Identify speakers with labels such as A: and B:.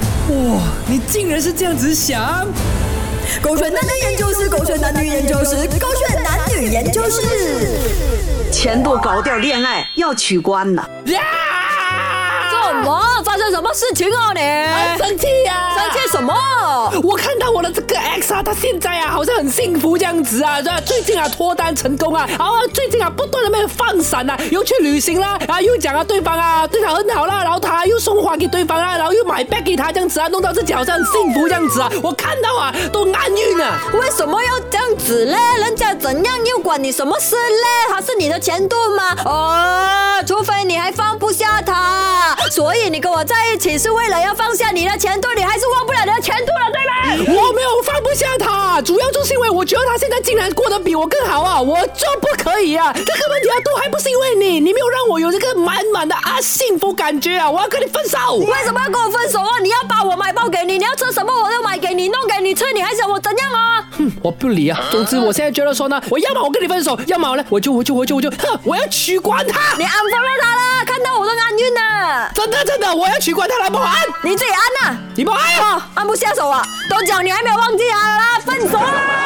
A: 哇，你竟然是这样子想！
B: 狗血男女研究室，狗血男女研究室，狗血男女研究室。
C: 前度搞点恋爱要取关了，
B: 怎么？发生什么事情啊你？
C: 哎
A: 很生气呀、
B: 生气什么？
A: 我看到我的这个 X 啊，他现在啊好像很幸福这样子啊，这最近啊脱单成功啊，然后啊最近啊不断的被放闪啊，又去旅行啦，然后又讲啊对方啊对他很好啦，然后他又送花给对方啊，然后又买 bag 给他这样子啊，弄到自己好像很幸福这样子啊，我看到啊都暗晕了、啊。
B: 为什么要这样子嘞？人家怎样又管你什么事嘞？他是你的前度吗？哦，除非你还放不下他，所以你跟我在一起是为了要放下你的前度，你还是忘不了你的前度了，对吗？
A: 我没有放不下他，主要就是因为我觉得他现在竟然过得比我更好啊，我就不可以啊！这个问题啊，都还不是因为你，你没有让我有这个满满的啊幸福感觉啊！我要跟你分手。
B: 为什么要跟我分手啊？你要把我买包给你，你要吃什么我都买给你，弄给你吃，你还想我怎样啊？
A: 哼，我不理啊。总之，我现在觉得说呢，我要么我跟你分手，要么呢，我就我就我就我就，哼，我要取关他！
B: 你 unfollow 他啦，看到我都安晕了，
A: 真的真的，我要取关他来不安，
B: 你自己安呐、哦
A: 你不安啊？
B: 按不下手啊！都讲你还没有忘记他了啦，分手啦！